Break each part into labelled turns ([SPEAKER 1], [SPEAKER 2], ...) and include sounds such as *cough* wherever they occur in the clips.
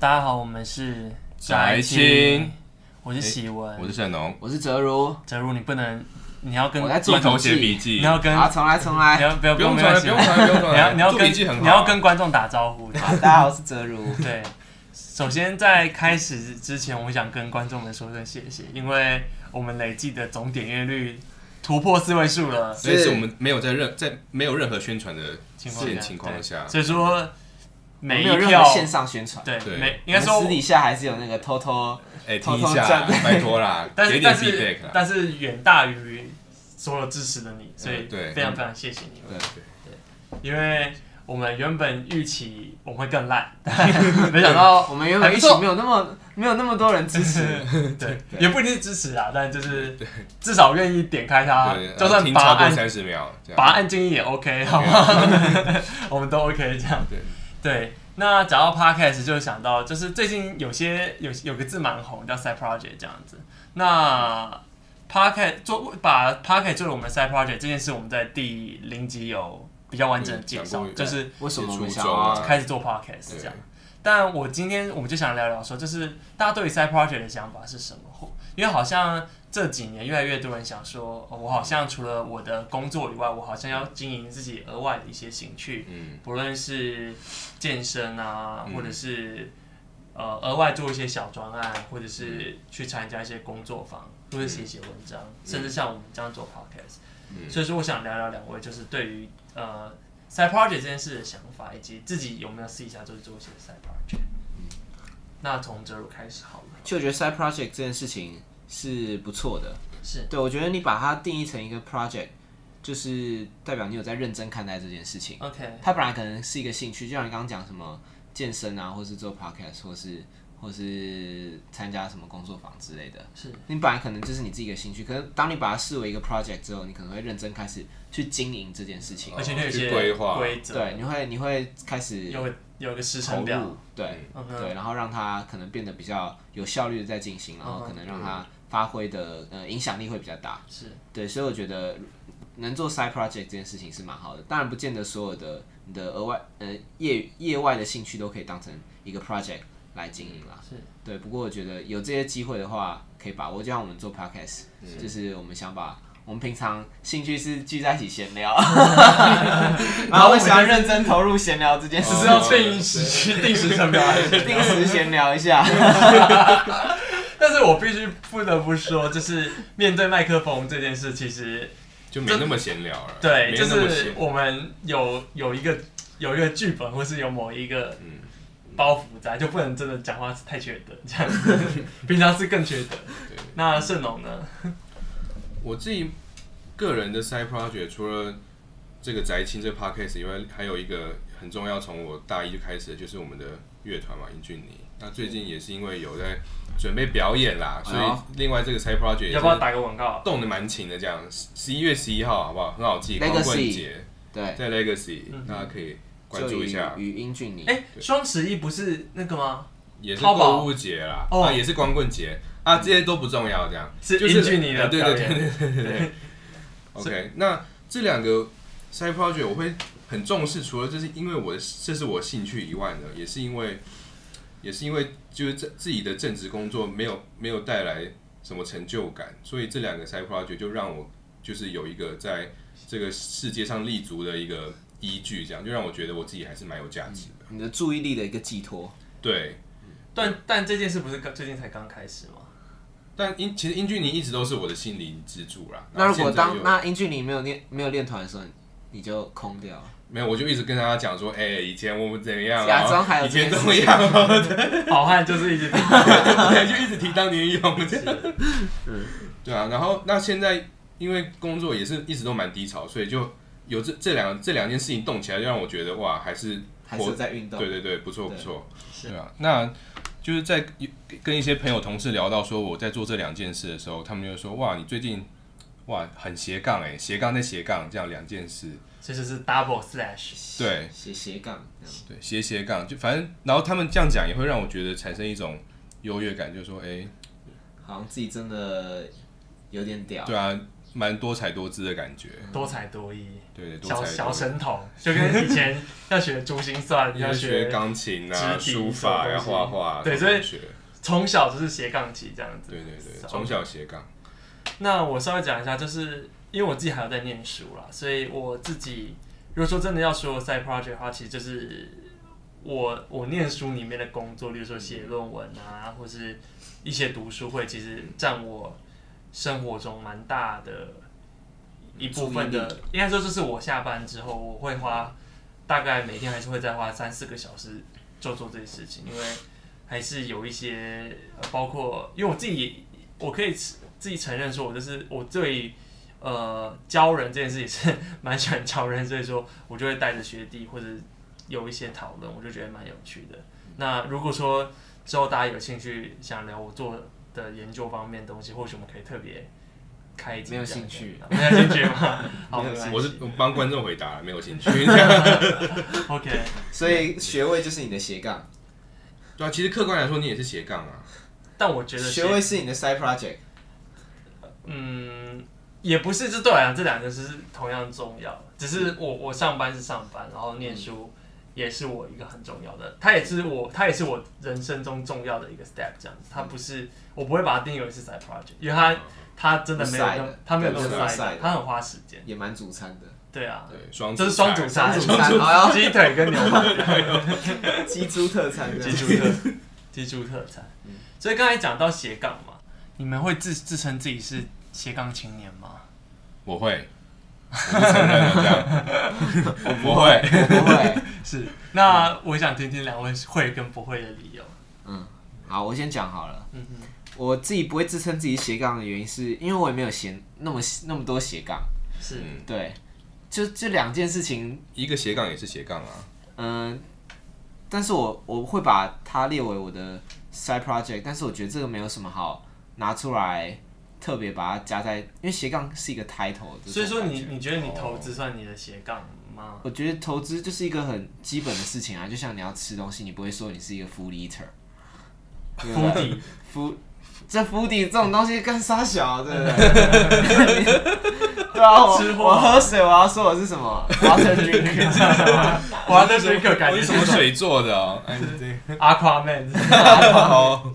[SPEAKER 1] 大家好，我们是
[SPEAKER 2] 宅青
[SPEAKER 1] 青，我是喜文，
[SPEAKER 2] 哎我是沈农，
[SPEAKER 3] 我是哲如，
[SPEAKER 1] 哲如，你不能，你要跟
[SPEAKER 3] 我在
[SPEAKER 2] 一
[SPEAKER 3] 做
[SPEAKER 2] 头
[SPEAKER 3] 笔
[SPEAKER 2] 写笔
[SPEAKER 3] 记。
[SPEAKER 2] 记，
[SPEAKER 1] 你要跟
[SPEAKER 3] 好，重来重
[SPEAKER 1] 你 *laughs*
[SPEAKER 3] 来。
[SPEAKER 1] 要不要
[SPEAKER 2] 啊哎不用
[SPEAKER 1] 没
[SPEAKER 2] 传
[SPEAKER 1] 关
[SPEAKER 2] 了，
[SPEAKER 1] 系
[SPEAKER 2] 不用传了，不用传
[SPEAKER 1] *laughs* 你要
[SPEAKER 2] 了。
[SPEAKER 1] 你要
[SPEAKER 2] 做
[SPEAKER 1] 跟
[SPEAKER 2] 笔记很好，
[SPEAKER 1] 你要跟观众打招呼。
[SPEAKER 2] *laughs*
[SPEAKER 3] 好，大家好，我是哲如。
[SPEAKER 1] 对，首先在开始之前，我想跟观众们说声谢谢，因为我们累计的总点阅率突破四位数了，
[SPEAKER 2] 所以是我们没有在任在没有任何宣传的
[SPEAKER 1] 情况
[SPEAKER 2] 现
[SPEAKER 1] 下，
[SPEAKER 2] 情况下
[SPEAKER 1] 对，所以说每
[SPEAKER 3] 没
[SPEAKER 1] 一
[SPEAKER 3] 有任何
[SPEAKER 1] 票
[SPEAKER 3] 线上宣传，
[SPEAKER 1] 对
[SPEAKER 2] 对
[SPEAKER 1] 每应
[SPEAKER 3] 应
[SPEAKER 1] 该说
[SPEAKER 3] 私底下还是有那个偷偷
[SPEAKER 2] 哎，听
[SPEAKER 3] 偷
[SPEAKER 2] 一
[SPEAKER 3] 偷
[SPEAKER 2] 下，
[SPEAKER 3] 站
[SPEAKER 2] 拜托啦，
[SPEAKER 1] *laughs* 但是
[SPEAKER 2] 给点
[SPEAKER 1] 但是
[SPEAKER 2] feedback 啦。
[SPEAKER 1] 但是远大于所有支持的你，所以
[SPEAKER 2] 嗯对嗯
[SPEAKER 1] 非常非常谢谢你们，
[SPEAKER 2] 对
[SPEAKER 1] 因为我们原本预期我们会更
[SPEAKER 2] *laughs*
[SPEAKER 1] 烂，但没想到
[SPEAKER 3] 我们原本一起没有那么没有那么多人支
[SPEAKER 1] *laughs*
[SPEAKER 3] 持，
[SPEAKER 1] 对也不一定是支持啊，但就是至少愿意点开它
[SPEAKER 2] 对，，
[SPEAKER 1] 就
[SPEAKER 2] 然后
[SPEAKER 1] 算
[SPEAKER 2] 啊听
[SPEAKER 1] 把
[SPEAKER 2] 超
[SPEAKER 1] 它
[SPEAKER 2] 过
[SPEAKER 1] 按
[SPEAKER 2] 三十秒，这
[SPEAKER 1] 把它
[SPEAKER 2] 样
[SPEAKER 1] 按静音也 OK 好吗？ *laughs* 我们都 OK 这样
[SPEAKER 2] 对。
[SPEAKER 1] 对，那讲到 podcast 就想到，就是最近有些有有个字蛮红，叫 side project 这样子。那 podcast 做把 podcast 作为我们 side project 这件事，我们在第零集有比较完整的介绍，
[SPEAKER 2] 嗯讲过
[SPEAKER 1] 就是
[SPEAKER 3] 为什么我们
[SPEAKER 2] 初
[SPEAKER 3] 想
[SPEAKER 2] 衷啊
[SPEAKER 3] 要？
[SPEAKER 1] 开始做 podcast 这样。但我今天我们就想聊聊说，就是大家对于 side project 的想法是什么？或因为好像这几年越来越多人想说，哦我好像除了我的工作以外，我好像要经营自己额外的一些兴趣，
[SPEAKER 2] 嗯，
[SPEAKER 1] 不论是健身啊，
[SPEAKER 2] 嗯
[SPEAKER 1] 或者是呃额外做一些小专案，或者是去参加一些工作坊，或者写写文章，甚至像我们这样做 podcast。
[SPEAKER 2] 嗯
[SPEAKER 1] 所以说，我想聊聊两位就是对于呃 side project 这件事的想法，以及自己有没有私底下就是做一些 side project。那从哲如开始好了，
[SPEAKER 3] 就我觉得 side project 这件事情是不错的，
[SPEAKER 1] 是
[SPEAKER 3] 对我觉得你把它定义成一个 project，就是代表你有在认真看待这件事情。
[SPEAKER 1] OK，
[SPEAKER 3] 它本来可能是一个兴趣，就像你刚刚讲什么健身啊，或是做 podcast，或是或是参加什么工作坊之类的。
[SPEAKER 1] 是
[SPEAKER 3] 你本来可能就是你自己的兴趣，可是当你把它视为一个 project 之后，你可能会认真开始去经营这件事情。
[SPEAKER 1] 而且你有一
[SPEAKER 2] 去
[SPEAKER 1] 些
[SPEAKER 2] 规划
[SPEAKER 1] 规则，
[SPEAKER 3] 对，你会你会开始
[SPEAKER 1] 有个有个时
[SPEAKER 3] 投
[SPEAKER 1] 程表，
[SPEAKER 3] 入，对
[SPEAKER 1] 嗯哼
[SPEAKER 3] 对，然后让它可能变得比较有效率的在进行，
[SPEAKER 1] 嗯
[SPEAKER 3] 然后可能让它发挥的呃影响力会比较大。
[SPEAKER 1] 是
[SPEAKER 3] 对，所以我觉得能做 side project 这件事情是蛮好的。当然，不见得所有的你的额外呃业业外的兴趣都可以当成一个 project 来经营啦。
[SPEAKER 1] 是
[SPEAKER 3] 对，不过我觉得有这些机会的话，可以把握。就像我们做 podcast，、就是我们想把我们平常兴趣是聚在一起闲聊，然后我喜欢认真投入闲聊这件事
[SPEAKER 1] 只是
[SPEAKER 3] 情，
[SPEAKER 1] 要定时定时程表还
[SPEAKER 3] *laughs*
[SPEAKER 1] 是
[SPEAKER 3] 定时闲聊一下。
[SPEAKER 1] 但是我必须不得不说，就是面对麦克风这件事，其实
[SPEAKER 2] 就没那么闲聊了，
[SPEAKER 1] 对，
[SPEAKER 2] 没
[SPEAKER 1] 就
[SPEAKER 2] 那么
[SPEAKER 1] 是
[SPEAKER 2] 闲，
[SPEAKER 1] 我们有有一个有一个剧本，或是有某一个
[SPEAKER 2] 嗯
[SPEAKER 1] 包袱在，就不能真的讲话太缺德这样子。平常是更缺德。
[SPEAKER 2] 对。
[SPEAKER 1] 那盛龙呢？
[SPEAKER 2] 我自己个人的 side project 除了这个宅青这 podcast 以外，还有一个很重要，从我大一就开始的就是我们的乐团嘛，英俊尼。那最近也是因为有在准备表演啦，所
[SPEAKER 3] 哎呦
[SPEAKER 2] 以另外这个 side project 也
[SPEAKER 1] 哦要不要
[SPEAKER 2] 是
[SPEAKER 1] 打个广告？
[SPEAKER 2] 动的蛮勤的，这样十一月十一号好不好？很好记，
[SPEAKER 3] Legacy
[SPEAKER 2] 光棍节
[SPEAKER 3] 对，
[SPEAKER 2] 在 Legacy，
[SPEAKER 1] 嗯
[SPEAKER 2] 大家可以关
[SPEAKER 3] 就
[SPEAKER 2] 注一
[SPEAKER 3] 与
[SPEAKER 2] 下，
[SPEAKER 3] 与英俊你。
[SPEAKER 1] 哎，双十一不是那个吗？
[SPEAKER 2] 也是
[SPEAKER 1] 淘宝
[SPEAKER 2] 购物节啦，
[SPEAKER 1] 哦
[SPEAKER 2] 啊也是光棍节啊，这些都不重要，这样
[SPEAKER 1] 是
[SPEAKER 2] 就是
[SPEAKER 1] 英俊尼的
[SPEAKER 2] 啊对
[SPEAKER 1] 表
[SPEAKER 2] 对对
[SPEAKER 1] 演。
[SPEAKER 2] 对 OK，那这两个 side project 我会很重视，除了这是因为我的这是我兴趣以外呢，也是因为也是因为就是这自己的正职工作没有没有带来什么成就感，所以这两个 side project 就让我就是有一个在这个世界上立足的一个依据，这样就让我觉得我自己还是蛮有价值的。
[SPEAKER 3] 你的注意力的一个寄托，
[SPEAKER 2] 对，
[SPEAKER 1] 但但这件事不是刚最近才刚开始吗？
[SPEAKER 2] 但英其实英俊尼一直都是我的心灵支柱啦。
[SPEAKER 3] 那如
[SPEAKER 2] 然
[SPEAKER 3] 果
[SPEAKER 2] 后
[SPEAKER 3] 当
[SPEAKER 2] 现在就
[SPEAKER 3] 那英俊你没有练没有练团的时候，你你就空掉了。
[SPEAKER 2] 没有，我就一直跟他讲说，哎、以前我们怎么样、啊，
[SPEAKER 3] 假装还有
[SPEAKER 2] 以
[SPEAKER 3] 这件
[SPEAKER 2] 前
[SPEAKER 3] 事
[SPEAKER 2] 怎么
[SPEAKER 3] 情
[SPEAKER 2] 样、啊，
[SPEAKER 1] 好汉就是
[SPEAKER 2] *laughs*
[SPEAKER 1] 一直
[SPEAKER 2] 对，就一直提当年勇。 *laughs* 对啊，然后那现在因为工作也是一直都蛮低潮，所以就有这这两这两件事情动起来，就让我觉得哇，还是
[SPEAKER 3] 还是在运动。
[SPEAKER 2] 对对对，不错不
[SPEAKER 3] 对
[SPEAKER 2] 错。
[SPEAKER 1] 是
[SPEAKER 2] 对啊，那就是在跟一些朋友同事聊到说我在做这两件事的时候，他们就说哇，你最近哇很斜杠哎、斜杠再斜杠，这样两件事。
[SPEAKER 1] 这就是 double slash。
[SPEAKER 2] 对
[SPEAKER 3] 斜斜杠这样。
[SPEAKER 2] 对，斜斜杠，就反正，然后他们这样讲也会让我觉得产生一种优越感，就是说，哎、
[SPEAKER 3] 好像自己真的有点屌。
[SPEAKER 2] 对啊，蛮多才多姿的感觉。
[SPEAKER 1] 多才多艺，
[SPEAKER 2] 对，多
[SPEAKER 1] 小
[SPEAKER 2] 才
[SPEAKER 1] 小
[SPEAKER 2] 多姿。
[SPEAKER 1] 神童，就跟以前要学珠心
[SPEAKER 2] *laughs*
[SPEAKER 1] 算，
[SPEAKER 2] 要
[SPEAKER 1] 啊要
[SPEAKER 2] 学
[SPEAKER 1] 学
[SPEAKER 2] 钢琴啊、
[SPEAKER 1] 肢体
[SPEAKER 2] 书法
[SPEAKER 1] 什么
[SPEAKER 2] 呀、
[SPEAKER 1] 东西
[SPEAKER 2] 画画，
[SPEAKER 1] 对
[SPEAKER 2] 都
[SPEAKER 1] 所以
[SPEAKER 2] 能学
[SPEAKER 1] 从小就是斜杠起这样子。
[SPEAKER 2] 对对对，
[SPEAKER 1] So-
[SPEAKER 2] 从小斜杠。
[SPEAKER 1] 那我稍微讲一下，就是因为我自己还有在念书啦，所以我自己如果说真的要说 side project 的话，其实就是我我念书里面的工作，例如说写论文啊，或是一些读书会，其实占我生活中蛮大的一部分的。应该说，就是我下班之后，我会花大概每天还是会再花三四个小时就做这些事情，因为还是有一些、呃包括，因为我自己我可以自己承认说，我就是我对呃教人这件事也是蛮喜欢教人，所以说我就会带着学弟或者有一些讨论，我就觉得蛮有趣的。那如果说之后大家有兴趣想聊我做的研究方面的东西，或许我们可以特别开一集
[SPEAKER 3] 没有
[SPEAKER 1] 这样
[SPEAKER 3] 兴趣
[SPEAKER 1] 的，没有兴趣吗？好，
[SPEAKER 3] 没
[SPEAKER 1] 没关
[SPEAKER 3] 有
[SPEAKER 1] *laughs* 系
[SPEAKER 2] 我是我帮观众回答了，没有兴
[SPEAKER 1] *laughs*
[SPEAKER 2] 趣。
[SPEAKER 1] OK，
[SPEAKER 3] 所
[SPEAKER 2] 嗯
[SPEAKER 3] 以学位就是你的斜杠，
[SPEAKER 2] 对啊，其实客观来说，你也是斜杠啊。
[SPEAKER 1] 但我觉得
[SPEAKER 3] 学位是你的 side project。
[SPEAKER 1] 嗯，也不是，这对我来啊讲，这两个是同样重要的。只
[SPEAKER 3] 嗯
[SPEAKER 1] 是我我上班是上班，然后念书也是我一个很重要的，它也是我它也是我人生中重要的一个 step，这样子。
[SPEAKER 3] 嗯
[SPEAKER 1] 它不是我不会把它定义为是 side project，因为它它真的没有
[SPEAKER 3] 哦不晒
[SPEAKER 1] 那么
[SPEAKER 3] 的
[SPEAKER 1] 它没有那
[SPEAKER 2] 对
[SPEAKER 1] 么
[SPEAKER 2] 不
[SPEAKER 3] 是晒
[SPEAKER 1] side，
[SPEAKER 3] 的
[SPEAKER 1] 它很花时间。
[SPEAKER 3] 也蛮主餐的，
[SPEAKER 1] 对啊，
[SPEAKER 2] 对，双
[SPEAKER 1] 这是双主
[SPEAKER 2] 主
[SPEAKER 1] 菜，
[SPEAKER 3] 双主餐哎
[SPEAKER 1] *laughs*
[SPEAKER 3] 呦
[SPEAKER 1] 鸡腿跟牛排。
[SPEAKER 3] *laughs* 鸡猪特餐这
[SPEAKER 1] 基
[SPEAKER 3] 样
[SPEAKER 1] 础
[SPEAKER 3] *laughs*
[SPEAKER 1] 特基础特产。
[SPEAKER 3] 嗯
[SPEAKER 1] 所以刚才讲到斜杠嘛，你们会自自称自己是斜杠青年吗？
[SPEAKER 2] 我会，我不承认啊了这样。
[SPEAKER 1] *laughs*
[SPEAKER 2] 我不会，
[SPEAKER 3] 我 *laughs* 不会。
[SPEAKER 1] 是。那我想听听两位会跟不会的理由。
[SPEAKER 3] 好，我先讲好了。
[SPEAKER 1] 嗯哼，
[SPEAKER 3] 我自己不会自称自己斜杠的原因是，因为我也没有斜那么那么多斜杠。
[SPEAKER 1] 是
[SPEAKER 2] 嗯
[SPEAKER 3] 对，就这两件事情，
[SPEAKER 2] 一个斜杠也是斜杠啊。
[SPEAKER 3] 嗯、但是我我会把它列为我的 side project，但是我觉得这个没有什么好拿出来特别把它加在，因为斜杠是一个 title 这种感觉。
[SPEAKER 1] 所以说你你觉得你投资算你的斜杠吗？
[SPEAKER 3] 我觉得投资就是一个很基本的事情啊，就像你要吃东西，你不会说你是一个 food eater。对不
[SPEAKER 1] 封
[SPEAKER 2] *laughs*
[SPEAKER 3] 对
[SPEAKER 1] 底
[SPEAKER 3] food 这 food 这种东西干啥小，啊对
[SPEAKER 1] *laughs*
[SPEAKER 3] 不对？对啊，我
[SPEAKER 1] 吃货
[SPEAKER 3] 我喝水，我要说我是什么
[SPEAKER 1] *laughs*
[SPEAKER 3] water drinker，
[SPEAKER 1] 我要在追客感
[SPEAKER 2] 我
[SPEAKER 1] 觉
[SPEAKER 2] 是什么水做
[SPEAKER 1] *laughs*
[SPEAKER 2] 的哦？哎，对，
[SPEAKER 1] Aquaman
[SPEAKER 2] 好，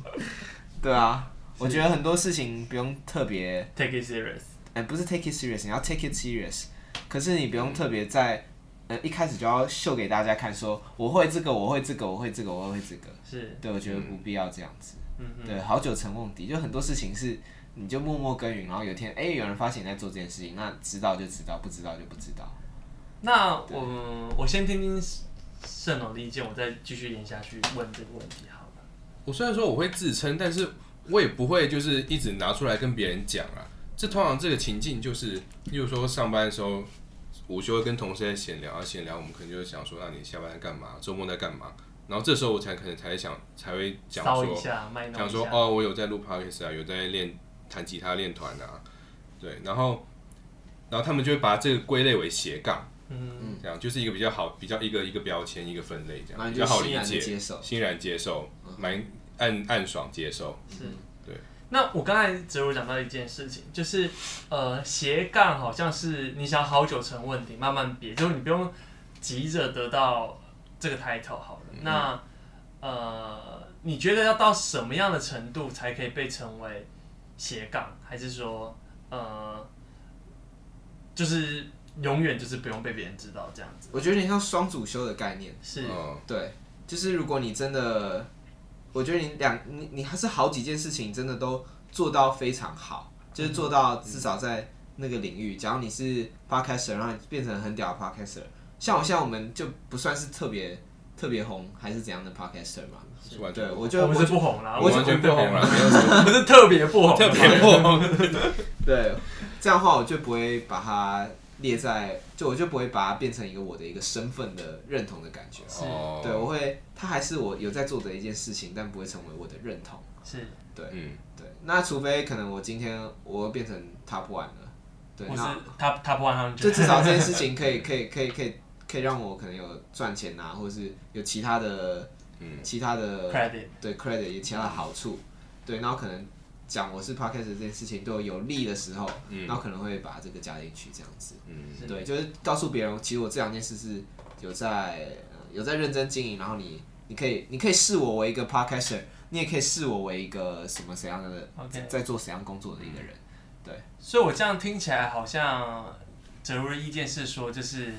[SPEAKER 3] 对啊。我觉得很多事情不用特别，
[SPEAKER 1] take it serious。
[SPEAKER 3] 哎、不是 take it serious，你要 take it serious，可是你不用特别在，呃，一开始就要秀给大家看说我会这个，我会这个，我会这个，我会这个。
[SPEAKER 1] 是，
[SPEAKER 3] 对，我觉得不必要这样子。
[SPEAKER 1] 嗯哼，
[SPEAKER 3] 对，好久成瓮底，就很多事情是你就默默耕耘，然后有一天哎、有人发现你在做这件事情，那知道就知道，不知道就不知道。
[SPEAKER 1] 那我我先听听盛龙的意见，我再继续延下去问这个问题好了。
[SPEAKER 2] 我虽然说我会自称，但是我也不会就是一直拿出来跟别人讲啊。这通常这个情境就是，例如说上班的时候，午休会跟同事在闲聊，啊闲聊我们可能就是想说，那你下班在干嘛？周末在干嘛？然后这时候我才可能才想才会讲
[SPEAKER 1] 骚一
[SPEAKER 2] 说，
[SPEAKER 1] 下，卖弄
[SPEAKER 2] 讲
[SPEAKER 1] 一
[SPEAKER 2] 说
[SPEAKER 1] 下。
[SPEAKER 2] 哦，我有在录 podcast 啊，有在练弹吉他练团啊，对，然后然后他们就会把这个归类为斜杠，
[SPEAKER 1] 嗯，
[SPEAKER 2] 这样就是一个比较好，比较一个一个标签一个分类这
[SPEAKER 3] 然后
[SPEAKER 2] 样，
[SPEAKER 3] 你
[SPEAKER 2] 比
[SPEAKER 3] 就
[SPEAKER 2] 较好理
[SPEAKER 3] 欣然地
[SPEAKER 2] 解，
[SPEAKER 3] 接受嗯
[SPEAKER 2] 欣然接受，蛮暗暗爽接受，
[SPEAKER 1] 那我刚才只有讲到一件事情，就是呃，斜杠好像是你想好久成问题，慢慢别，就是你不用急着得到这个 title 好
[SPEAKER 2] 嗯
[SPEAKER 1] 了。那呃，你觉得要到什么样的程度才可以被称为斜杠？还是说呃，就是永远就是不用被别人知道这样子？
[SPEAKER 3] 我觉得有点像双主修的概念。
[SPEAKER 1] 是，
[SPEAKER 2] 嗯，
[SPEAKER 3] 对，就是如果你真的，我觉得你两你你还是好几件事情真的都做到非常好，就是做到至少在那个领域，假如你是 podcaster，然后你变成很屌的 podcaster，像我现在我们就不算是特别特别红还是怎样的 podcaster 嘛。
[SPEAKER 2] 是完全
[SPEAKER 3] 对，我就
[SPEAKER 1] 我们是不红啦，
[SPEAKER 2] 我
[SPEAKER 1] 是
[SPEAKER 2] 完全不红了，没有什
[SPEAKER 1] *laughs*
[SPEAKER 2] 么
[SPEAKER 1] 我们是 *laughs* 特别不红，
[SPEAKER 2] 特别不红，
[SPEAKER 3] 对，这样的话我就不会把它列在，就我就不会把它变成一个我的一个身份的认同的感觉。
[SPEAKER 1] 是
[SPEAKER 2] 哦
[SPEAKER 3] 对，我会，它还是我有在做的一件事情，但不会成为我的认同。
[SPEAKER 1] 是，
[SPEAKER 2] 嗯，
[SPEAKER 3] 对，那除非可能我今天我变成 top one 了，对，
[SPEAKER 1] 我是
[SPEAKER 3] 那
[SPEAKER 1] top top one 他们
[SPEAKER 3] 就至少这件事情可以可以可以可以可以让我可能有赚钱啊，或者是有其他的
[SPEAKER 2] 嗯
[SPEAKER 3] 其他
[SPEAKER 1] *laughs*
[SPEAKER 3] 的
[SPEAKER 1] credit。
[SPEAKER 3] 对 credit 有其他的好处，对，然后可能讲我是 podcast 这件事情对我有利的时候，
[SPEAKER 2] 嗯
[SPEAKER 3] 那我可能会把这个加进去，这样子。
[SPEAKER 2] 嗯
[SPEAKER 1] 是
[SPEAKER 3] 对，就是告诉别人，其实我这两件事是有在、呃有在认真经营，然后你你可以你可以视我为一个 podcaster，你也可以视我为一个什么怎样的
[SPEAKER 1] OK
[SPEAKER 3] 在做怎样工作的一个人。
[SPEAKER 1] 所以我这样听起来好像哲如的意见是说，就是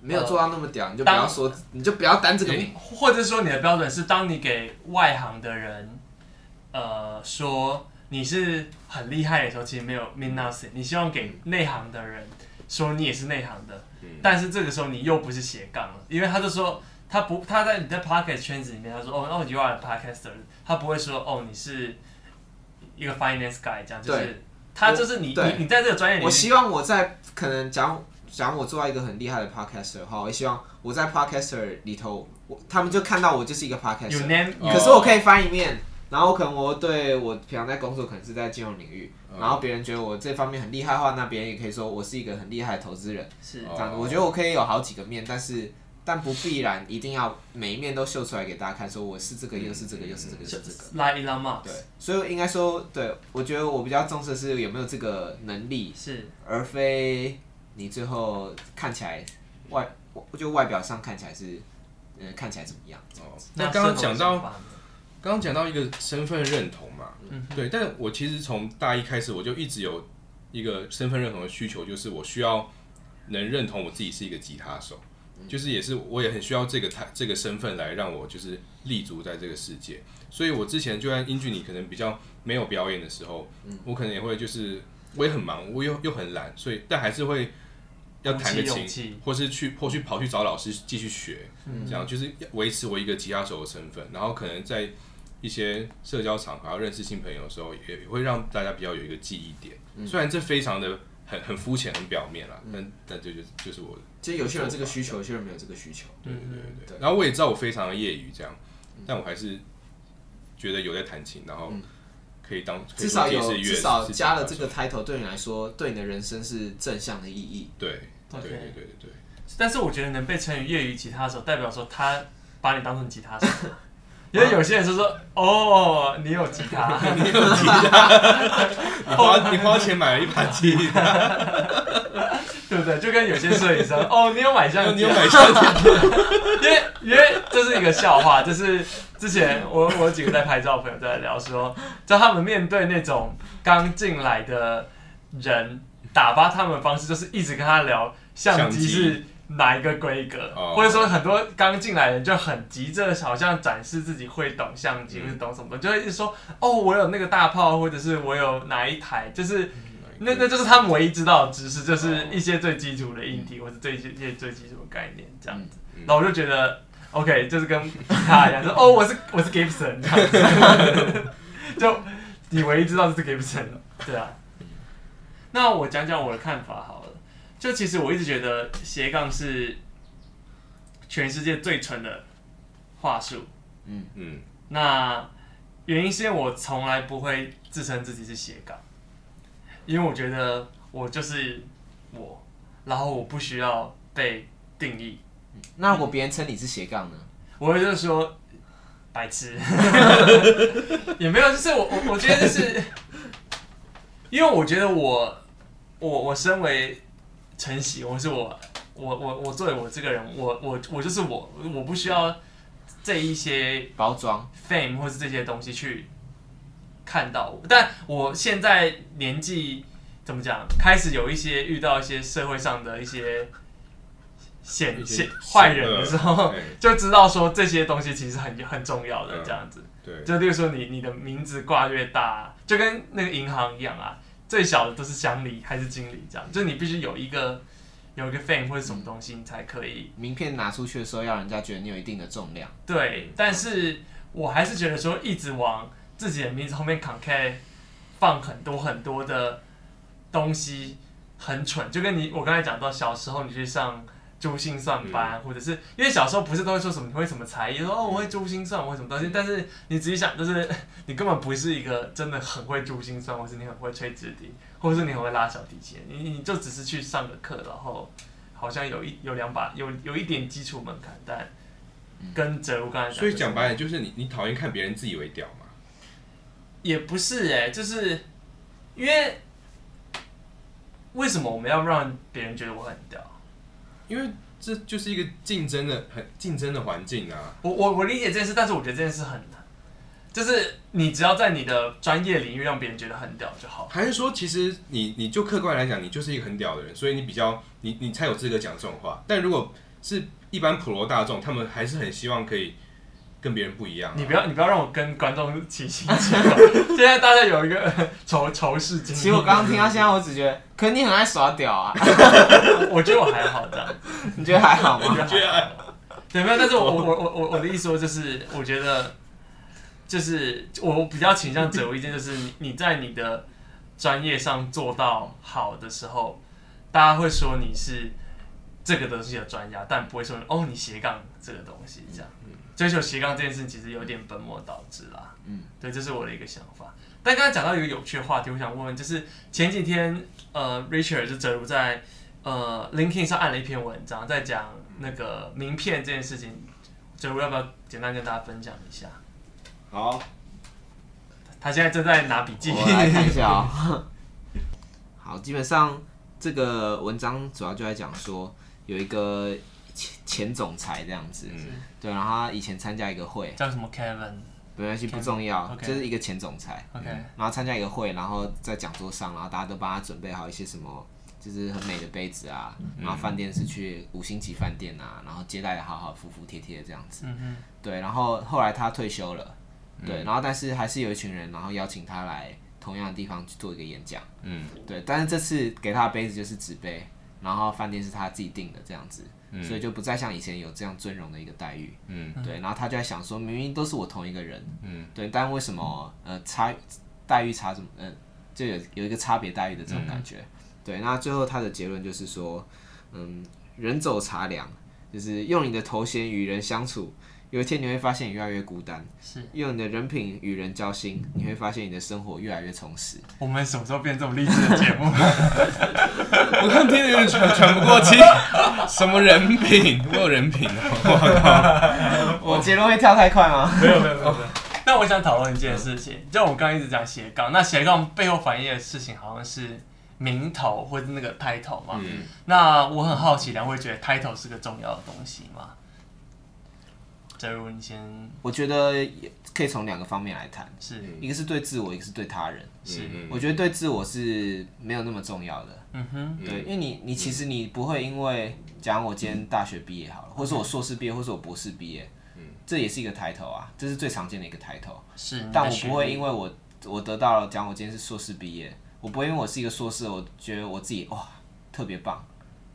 [SPEAKER 3] 没有做到那么屌，你就不要
[SPEAKER 1] 哦当
[SPEAKER 3] 说，你就不要担这个
[SPEAKER 2] 诶
[SPEAKER 3] 名。
[SPEAKER 1] 或者说你的标准是，当你给外行的人，呃，说你是很厉害的时候，其实没有 mean nothing。你希望给内行的人说你也是内行的，
[SPEAKER 2] 嗯
[SPEAKER 1] 但是这个时候你又不是斜杠了，因为他就说他不他在你在 podcast 圈子里面，他说哦哦 you are a podcaster，他不会说哦你是一个 finance guy 这样，就
[SPEAKER 3] 对
[SPEAKER 1] 是他就是你
[SPEAKER 3] 对
[SPEAKER 1] 你你在这个专业里
[SPEAKER 3] 我
[SPEAKER 1] 面，
[SPEAKER 3] 希望我在可能讲讲我做到一个很厉害的 podcaster 的话，我也希望我在 podcaster 里头，我他们就看到我就是一个
[SPEAKER 1] you
[SPEAKER 3] podcaster，
[SPEAKER 1] name
[SPEAKER 2] 哦
[SPEAKER 3] 可是我可以翻一面，然后可能我对我平常在工作可能是在金融领域，
[SPEAKER 2] 嗯
[SPEAKER 3] 然后别人觉得我这方面很厉害的话，那别人也可以说我是一个很厉害的投资人。
[SPEAKER 1] 是
[SPEAKER 2] 哦
[SPEAKER 3] 这样子，我觉得我可以有好几个面，但是。但不必然一定要每一面都秀出来给大家看，说我是这个，又是这个，又是这个，又是这个。
[SPEAKER 1] like Elon Musk
[SPEAKER 3] 对，所以应该说，对我觉得我比较重视的是有没有这个能力，
[SPEAKER 1] 是
[SPEAKER 3] 而非你最后看起来外就外表上看起来是，呃，看起来怎么样？
[SPEAKER 2] 哦，那刚刚讲到，刚刚讲到一个身份认同嘛，
[SPEAKER 1] 嗯
[SPEAKER 2] 对，但我其实从大一开始我就一直有一个身份认同的需求，就是我需要能认同我自己是一个吉他手，就是也是我也很需要这个他这个身份来让我就是立足在这个世界。所以我之前就算英俊你可能比较没有表演的时候，我可能也会就是我也很忙，我又又很懒，所以但还是会要弹个
[SPEAKER 1] 鼓起勇气
[SPEAKER 2] 琴，或是去或去跑去找老师继续学，这样就是要维持我一个吉他手的身份，然后可能在一些社交场合要啊认识新朋友的时候，也也会让大家比较有一个记忆点。虽然这非常的很很肤浅、很表面啦，但但这就是就是我的。
[SPEAKER 3] 就有些人有这个需求，有些人没有这个需求。
[SPEAKER 1] 嗯
[SPEAKER 2] 对对对对
[SPEAKER 3] 对
[SPEAKER 2] 对。嗯然后我也知道我非常的业余这样，但我还是觉得有在弹琴，然后可以当
[SPEAKER 3] 嗯至少
[SPEAKER 2] 可以说自
[SPEAKER 3] 有，
[SPEAKER 2] 己是
[SPEAKER 3] 至
[SPEAKER 2] 乐
[SPEAKER 3] 少
[SPEAKER 2] 是
[SPEAKER 3] 加了
[SPEAKER 2] 吉
[SPEAKER 3] 这
[SPEAKER 2] 他手
[SPEAKER 3] 个 title，对你来说，对你的人生是正向的意义。
[SPEAKER 2] 对对
[SPEAKER 1] OK
[SPEAKER 2] 对对对对。
[SPEAKER 3] *laughs*
[SPEAKER 1] 但是我觉得能被称为业余吉他手，代表说他把你当成吉他手。
[SPEAKER 2] *laughs*
[SPEAKER 1] 因为有些人是说，哦，你有吉
[SPEAKER 2] *laughs*
[SPEAKER 1] 他，
[SPEAKER 2] 你花你花钱买了一
[SPEAKER 3] *laughs*
[SPEAKER 2] 把吉他，
[SPEAKER 1] 对不对？就跟有些摄影师，哦，你有买相
[SPEAKER 2] 你
[SPEAKER 1] 机
[SPEAKER 2] 有
[SPEAKER 1] 啊，
[SPEAKER 2] 买相
[SPEAKER 3] *laughs*
[SPEAKER 2] 机？
[SPEAKER 1] 因为因为这是一个笑话，就是之前我我有几个在拍照的朋友在聊说，就他们面对那种刚进来的人，打发他们的方式就是一直跟他聊相
[SPEAKER 2] 相
[SPEAKER 1] 机
[SPEAKER 2] 机
[SPEAKER 1] 是哪一个规格，
[SPEAKER 2] 哦
[SPEAKER 1] 或者说很多刚进来的人就很急着好像展示自己会懂相机，
[SPEAKER 2] 嗯
[SPEAKER 1] 或者懂什么，就会一直说哦，我有那个大炮，或者是我有哪一台，就是。那那就是他们唯一知道的知识，
[SPEAKER 2] 哦
[SPEAKER 1] 就是一些最基础的硬体，或者最一些一些最基础的概念这样子。
[SPEAKER 2] 嗯
[SPEAKER 1] 然后我就觉得，OK，就是跟他一样，说哦，我是我是 Gibson 这样子， *laughs* 就你唯一知道就是 Gibson 了，对啊。那我讲讲我的看法好了，就其实我一直觉得斜杠是全世界最蠢的话术，
[SPEAKER 2] 嗯
[SPEAKER 1] 那原因是因为我从来不会自称自己是斜杠，因为我觉得我就是我，然后我不需要被定义。
[SPEAKER 3] 那如果别人称你是斜杠呢？
[SPEAKER 1] 我会就是说白痴， *laughs* 也没有，就是我我我觉得就是，因为我觉得我我我身为晨曦，我是我我我我作为我这个人，我我我就是我，我不需要这一些
[SPEAKER 3] 包装，
[SPEAKER 1] fame 或是这些东西去看到我。但我现在年纪怎么讲，开始有一些遇到一些社会上的一些险
[SPEAKER 2] 一些
[SPEAKER 1] 险坏人的时候
[SPEAKER 3] 哦
[SPEAKER 2] 险恶对，
[SPEAKER 1] 就知道说这些东西其实很很重要的
[SPEAKER 2] 嗯
[SPEAKER 1] 这样子。
[SPEAKER 3] *laughs*
[SPEAKER 2] 对，
[SPEAKER 1] 就例如说你你的名字挂越大，就跟那个银行一样啊，最小的都是乡里还是经理这样，就你必须有一个有一个 fame 或者
[SPEAKER 2] 嗯
[SPEAKER 1] 什么东西，你才可以
[SPEAKER 3] 名片拿出去的时候，要人家觉得你有一定的重量。
[SPEAKER 1] 对，但是我还是觉得说，一直往自己的名字后面扛 K，放很多很多的东西，很蠢。就跟你我刚才讲到，小时候你去上珠心算班，或者是因为小时候不是都会说什么你会什么才艺，说哦我会珠心算，我会什么东西，但是你仔细想，就是你根本不是一个真的很会珠心算，或是你很会吹直笛，或者是你很会拉小提琴，你你就只是去上个课，然后好像有一有两把有有一点基础门槛，但。跟哲如刚才讲的，
[SPEAKER 2] 所以讲白了就是你你讨厌看别人自以为屌嘛？
[SPEAKER 1] 也不是哎、就是因为为什么我们要让别人觉得我很屌？
[SPEAKER 2] 因为这就是一个竞争的很竞争的环境啊。
[SPEAKER 1] 我我我理解这件事，但是我觉得这件事很难，就是你只要在你的专业领域让别人觉得很屌就好。
[SPEAKER 2] 还是说，其实你你就客观来讲，你就是一个很屌的人，所以你比较你你才有资格讲这种话。但如果是一般普罗大众，他们还是很希望可以跟别人不一样啊、
[SPEAKER 1] 你不要，你不要让我跟观众起心
[SPEAKER 3] *laughs*
[SPEAKER 1] 结哦。现在大家有一个仇仇视经历。
[SPEAKER 3] 其实我刚刚听到现在，我只觉得，可你很爱耍屌啊， *laughs*
[SPEAKER 1] 我觉得我还好这样，
[SPEAKER 3] 你觉得还
[SPEAKER 1] *laughs*
[SPEAKER 3] 好吗？
[SPEAKER 1] 我觉得还好。对，没有，但是我我我我我的意思说就是，我觉得就是我比较倾向者无意见，就是你你在你的专业上做到好的时候，大家会说你是这个东西的专家，但不会说哦你斜杠这个东西这样。追求斜杠这件事其实有点本末倒置啦。
[SPEAKER 3] 嗯，
[SPEAKER 1] 对，这是我的一个想法。但刚才讲到一个有趣的话题，我想问问，就是前几天呃，Richard 就哲如在呃 LinkedIn 上按了一篇文章，在讲那个名片这件事情。哲如要不要简单跟大家分享一下？
[SPEAKER 3] 好，
[SPEAKER 1] 他现在正在拿笔记。
[SPEAKER 3] 我来看一下哦、 *laughs* 好，基本上这个文章主要就在讲说，有一个前前总裁这样子，对，然后他以前参加一个会，
[SPEAKER 1] *laughs* 叫什么 Kevin？OK、
[SPEAKER 3] 没关系，不重要，
[SPEAKER 1] OK
[SPEAKER 3] 就是一个前总裁。然后参加一个会，然后在讲桌上，然后大家都帮他准备好一些什么，就是很美的杯子啊，然后饭店是去五星级饭店啊，然后接待的好好、服服帖帖这样子。
[SPEAKER 1] 嗯
[SPEAKER 3] 对，然后后来他退休了，对，然后但是还是有一群人，然后邀请他来同样的地方去做一个演讲。
[SPEAKER 2] 嗯，
[SPEAKER 3] 对，但是这次给他的杯子就是纸杯，然后饭店是他自己订的这样子，所以就不再像以前有这样尊荣的一个待遇。
[SPEAKER 2] 嗯，
[SPEAKER 3] 对，然后他就在想说，明明都是我同一个人，嗯，对，但为什么呃差待遇差这么，嗯、就有有一个差别待遇的这种感觉。对，那最后他的结论就是说，嗯，人走茶凉，就是用你的头衔与人相处。有一天你会发现你越来越孤单，
[SPEAKER 1] 是
[SPEAKER 3] 用你的人品与人交心，你会发现你的生活越来越充实。
[SPEAKER 1] 哼，我们什么时候变这么励志的
[SPEAKER 3] *laughs*
[SPEAKER 1] 节目？
[SPEAKER 2] 我刚听的有点喘喘不过气，什么人品？我有人品哦。
[SPEAKER 3] 我结论会跳太快吗？ *laughs*
[SPEAKER 1] 没有没有没有。没有那我想讨论一件事情，就我们刚刚一直讲斜杠，那斜杠背后反映的事情好像是名头或者那个 title 嘛。
[SPEAKER 2] 嗯，
[SPEAKER 1] 那我很好奇，两位觉得 title 是个重要的东西吗？假如你先
[SPEAKER 3] 我觉得也可以从两个方面来谈，
[SPEAKER 1] 是
[SPEAKER 3] 一个是对自我，一个是对他人。
[SPEAKER 1] 是
[SPEAKER 2] 嗯
[SPEAKER 3] 我觉得对自我是没有那么重要的，
[SPEAKER 1] 嗯哼
[SPEAKER 3] 对，因为你你其实你不会因为，假如我今天大学毕业好了，或是我硕士毕业，或是我博士毕业，
[SPEAKER 2] 嗯
[SPEAKER 3] 这也是一个抬头啊，这是最常见的一个抬头。
[SPEAKER 1] 是，
[SPEAKER 3] 但我不会因为我我得到了，讲我今天是硕士毕业，我不会因为我是一个硕士，我觉得我自己哇特别棒，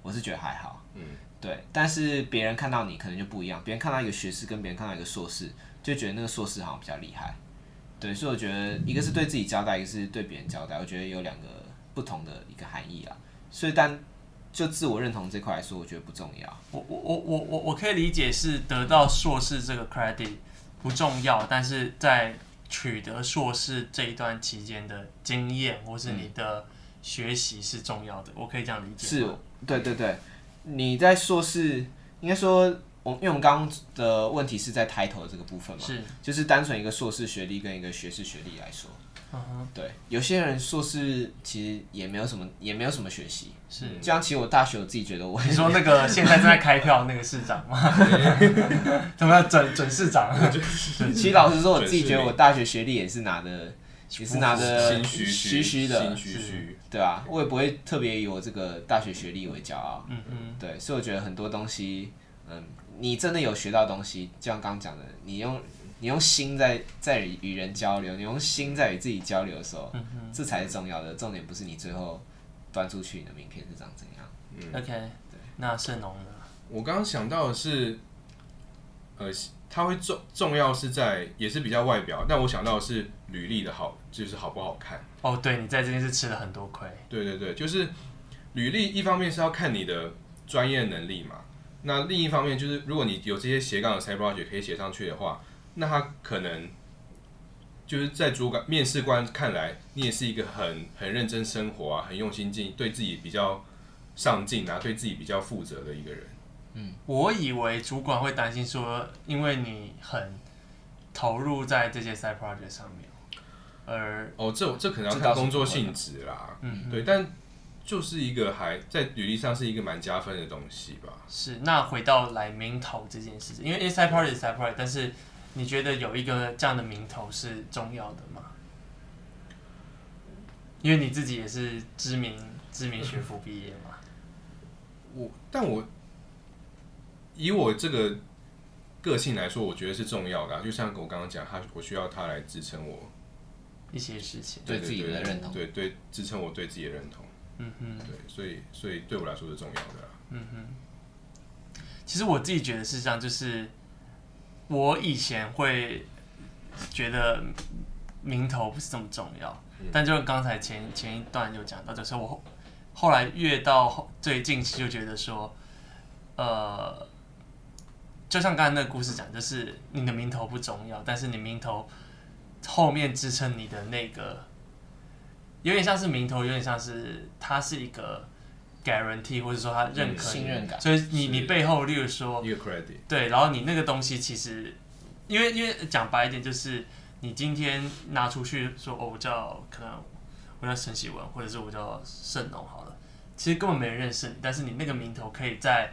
[SPEAKER 3] 我是觉得还好，嗯，对。但是别人看到你可能就不一样，别人看到一个学士跟别人看到一个硕士，就觉得那个硕士好像比较厉害，对。所以我觉得一个是对自己交代，一个是对别人交代，我觉得有两个不同的一个含义啊。所以但就自我认同这块来说，我觉得不重要。
[SPEAKER 1] 我我我我我我可以理解是得到硕士这个 credit 不重要，但是在取得硕士这一段期间的经验或是你的学习是重要的，我可以这样理解
[SPEAKER 3] 是
[SPEAKER 1] 吗。，
[SPEAKER 3] 对对对，你在硕士，应该说，我因为我们刚刚的问题是在抬头这个部分嘛，
[SPEAKER 1] 是，哦
[SPEAKER 3] 就是单纯一个硕士学历跟一个学士学历来说，
[SPEAKER 1] 嗯哼，
[SPEAKER 3] 对，有些人硕士其实也没有什么，也没有什么学习，
[SPEAKER 1] 是。
[SPEAKER 3] 就像其实我大学我自己觉得我
[SPEAKER 1] *laughs* 你说那个现在正在开票那个市长 *laughs* 吗？怎么样准准市长？
[SPEAKER 2] *laughs*
[SPEAKER 3] 其实老实说，我自己觉得我大学学历也是拿的，也是拿的
[SPEAKER 2] 心呃虚
[SPEAKER 3] 虚虚的
[SPEAKER 2] 心，虚虚。
[SPEAKER 3] 对啊，我也不会特别以我这个大学学历为骄傲，
[SPEAKER 1] 嗯嗯，
[SPEAKER 3] 对，所以我觉得很多东西，嗯，你真的有学到东西，就像刚刚讲的，你用你用心在在与人交流，你用心在与自己交流的时候，这才是重要的。重点不是你最后端出去你的名片是长怎样，
[SPEAKER 1] 嗯 OK，那盛农呢？
[SPEAKER 2] 我刚刚想到的是，呃，它会重重要是在也是比较外表，但我想到的是履历的好，就是好不好看。
[SPEAKER 1] 哦，对，你在这件事吃了很多亏。
[SPEAKER 2] 对对对，就是履历一方面是要看你的专业能力嘛，那另一方面就是如果你有这些斜杠的 side project 可以写上去的话，那他可能就是在主管面试官看来，你也是一个很很认真生活啊，很用心进，对自己比较上进啊，对自己比较负责的一个人。
[SPEAKER 1] 我以为主管会担心说，因为你很投入在这些 side project 上面，而
[SPEAKER 2] 哦，这这可能要
[SPEAKER 3] 这倒
[SPEAKER 2] 看
[SPEAKER 3] 是
[SPEAKER 2] 工作
[SPEAKER 3] 不会的啊
[SPEAKER 2] 性质啦，
[SPEAKER 1] 嗯，
[SPEAKER 2] 对，但就是一个还在履历上是一个蛮加分的东西吧。
[SPEAKER 1] 是那回到来名头这件事情，因为 inside party 是 inside party，但是你觉得有一个这样的名头是重要的吗？因为你自己也是知名知名学府毕业嘛，
[SPEAKER 2] 我，但我以我这个个性来说，我觉得是重要的啊、就像我刚刚讲，他我需要他来支撑我
[SPEAKER 1] 一些事情，
[SPEAKER 3] 对自己的认同
[SPEAKER 2] 对对，支撑我对自己的认同，
[SPEAKER 1] 嗯哼。嗯
[SPEAKER 2] 对，所以所以对我来说是重要的啊啦。
[SPEAKER 1] 其实我自己觉得是这样，就是我以前会觉得名头不是这么重要，
[SPEAKER 3] 嗯
[SPEAKER 1] 但就是刚才前前一段有讲到，就是我后后来越到后最近期就觉得说，呃，就像刚才那个故事讲，就是你的名头不重要，但是你名头后面支撑你的那个，有点像是名头，有点像是它是一个 guarantee，或者说它认可你
[SPEAKER 3] 嗯信任感
[SPEAKER 1] 所以你
[SPEAKER 2] 是
[SPEAKER 1] 你背后，例如说，
[SPEAKER 2] 一个 credit，
[SPEAKER 1] 对，然后你那个东西其实，因为因为讲白一点，就是你今天拿出去说，哦，我叫可能我叫沈喜文，或者是我叫盛农好了，其实根本没人认识你，但是你那个名头可以在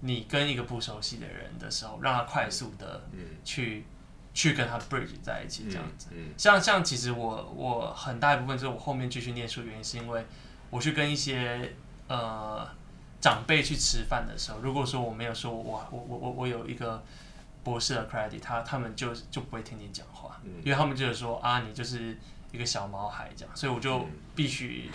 [SPEAKER 1] 你跟一个不熟悉的人的时候，让他快速
[SPEAKER 3] 呃
[SPEAKER 1] 的
[SPEAKER 2] 嗯，
[SPEAKER 1] 去、去跟他 bridge 在一起，这样子。
[SPEAKER 2] 子，嗯
[SPEAKER 1] 像像其实我我很大一部分就是我后面继续念书的原因是因为我去跟一些呃长辈去吃饭的时候，如果说我没有说我我我我我有一个博士的 credit，他他们就就不会听你讲话，
[SPEAKER 2] 嗯
[SPEAKER 1] 因为他们就是说啊你就是一个小毛孩这样，所以我就
[SPEAKER 2] 嗯
[SPEAKER 1] 必须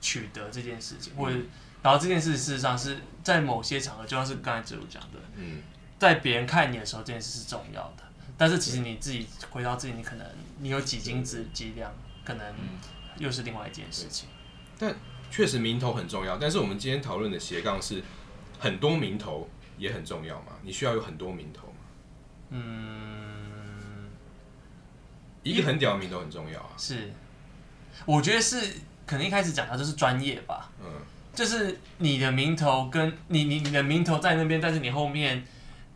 [SPEAKER 1] 取得这件事情，或者然后这件事事实上是在某些场合，就像是刚才哲如讲的，
[SPEAKER 2] 嗯
[SPEAKER 1] 在别人看你的时候，这件事是重要的。但是其实你自己回到自己，你可能你有几斤几几两，可能又是另外一件事情。
[SPEAKER 2] 确实名头很重要，但是我们今天讨论的斜杠是很多名头也很重要嘛，你需要有很多名头嘛，
[SPEAKER 1] 嗯，
[SPEAKER 2] 一个很屌的名头很重要啊，
[SPEAKER 1] 是，我觉得是可能一开始讲到就是专业吧，
[SPEAKER 2] 嗯，
[SPEAKER 1] 就是你的名头跟你你你的名头在那边，但是你后面，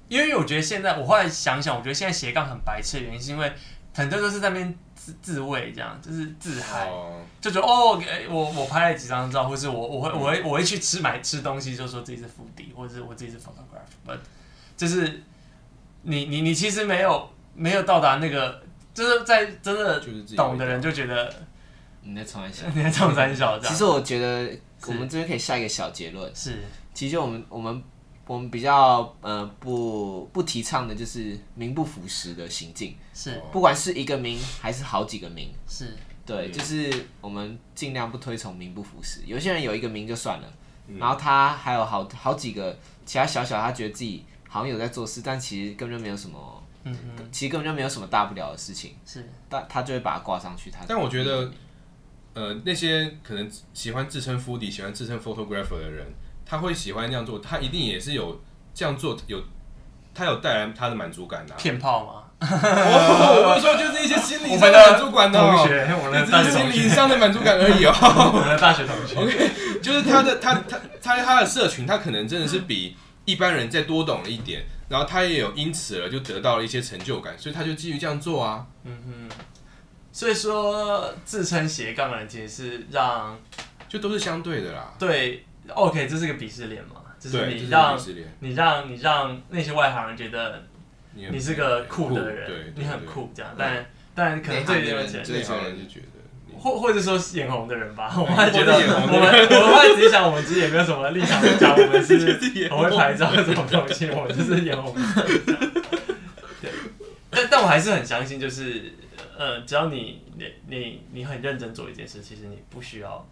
[SPEAKER 1] 因为我觉得现在我后来想想，我觉得现在斜杠很白痴的原因是因为很多都是在那边自自慰这样，就是自嗨。
[SPEAKER 2] 哦，
[SPEAKER 1] 就觉得哦，哎我我拍了几张照，或是我我会我会我会去吃买吃东西，就说自己是腹地，或者是我自己是 photographer，but 就是你你你其实没有没有到达那个，就是在真的
[SPEAKER 2] 就是自己
[SPEAKER 1] 懂的人就觉得
[SPEAKER 3] 你在重来想。
[SPEAKER 1] 你在唱三小这
[SPEAKER 3] 其
[SPEAKER 1] 样，
[SPEAKER 3] 实我觉得
[SPEAKER 1] 是
[SPEAKER 3] 我们这边可以下一个小结
[SPEAKER 1] *laughs*
[SPEAKER 3] 论。
[SPEAKER 1] 是
[SPEAKER 3] 其实我们我们我们比较呃不不提倡的就是名不符实的行径，
[SPEAKER 2] 嗯哦
[SPEAKER 1] 是
[SPEAKER 3] 不管是一个名还是好几个名，
[SPEAKER 1] 是
[SPEAKER 2] 嗯
[SPEAKER 3] 对，就是我们尽量不推崇名不符实。有些人有一个名就算了，
[SPEAKER 2] 嗯
[SPEAKER 3] 然后他还有好好几个其他小小，他觉得自己好像有在做事，但其实根本就没有什么，
[SPEAKER 1] 嗯哼
[SPEAKER 3] 其实根本就没有什么大不了的事情，
[SPEAKER 1] 是
[SPEAKER 3] 但他就会把它挂上去。他
[SPEAKER 2] 但我觉得，呃，那些可能喜欢自称 foodie、喜欢自称 photographer 的人，他会喜欢这样做，他一定也是有这样做有，他有带来他的满足感的、啊。
[SPEAKER 1] 骗炮吗？
[SPEAKER 2] 哦，我说就是一些心理
[SPEAKER 1] 我
[SPEAKER 2] 上
[SPEAKER 1] 们
[SPEAKER 2] 的
[SPEAKER 1] 的
[SPEAKER 2] 满足
[SPEAKER 1] *laughs*
[SPEAKER 2] 感
[SPEAKER 1] 同
[SPEAKER 2] 哦，
[SPEAKER 1] 学，我们
[SPEAKER 2] 只
[SPEAKER 1] 的大
[SPEAKER 2] 是
[SPEAKER 1] 学
[SPEAKER 2] 心
[SPEAKER 1] 同
[SPEAKER 2] 理
[SPEAKER 1] 学，
[SPEAKER 2] 上的满足感而已哦。
[SPEAKER 1] 我们的大学同学，
[SPEAKER 2] 就是他的他他他他的社群，他可能真的是比一般人再多懂了一点，然后他也有因此而就得到了一些成就感，所以他就基于这样做啊。
[SPEAKER 1] 嗯哼。 *laughs* 所以说，自称斜杠的人其实是让
[SPEAKER 2] 就都是相对的啦，
[SPEAKER 1] 对，OK，这是个鄙视链嘛，就是
[SPEAKER 2] 对，这
[SPEAKER 1] 你
[SPEAKER 2] 是
[SPEAKER 1] 让
[SPEAKER 2] 鄙视链
[SPEAKER 1] 你让你让那些外行人觉得
[SPEAKER 2] 你很
[SPEAKER 1] 你是个酷的人，
[SPEAKER 2] 酷对，
[SPEAKER 1] 你很
[SPEAKER 2] 对。
[SPEAKER 1] 酷这样，但但可能对
[SPEAKER 3] 内行的
[SPEAKER 1] 有
[SPEAKER 3] 人
[SPEAKER 1] 钱
[SPEAKER 3] 就
[SPEAKER 2] 对，
[SPEAKER 3] 是
[SPEAKER 2] 内行人就觉得你
[SPEAKER 1] 或或者说是眼红的人
[SPEAKER 2] *laughs*
[SPEAKER 1] 吧，我们还觉得
[SPEAKER 2] 或者眼
[SPEAKER 1] 我
[SPEAKER 2] 红的
[SPEAKER 1] 们我们会只是想我们自己也没有什么立场去讲我们是
[SPEAKER 2] *laughs* 眼
[SPEAKER 1] 我会拍照这种东西，我们就是眼
[SPEAKER 2] *laughs*
[SPEAKER 1] 红。对，但但我还是很相信，就是呃，只要你你你你很认真做一件事，其实你不需要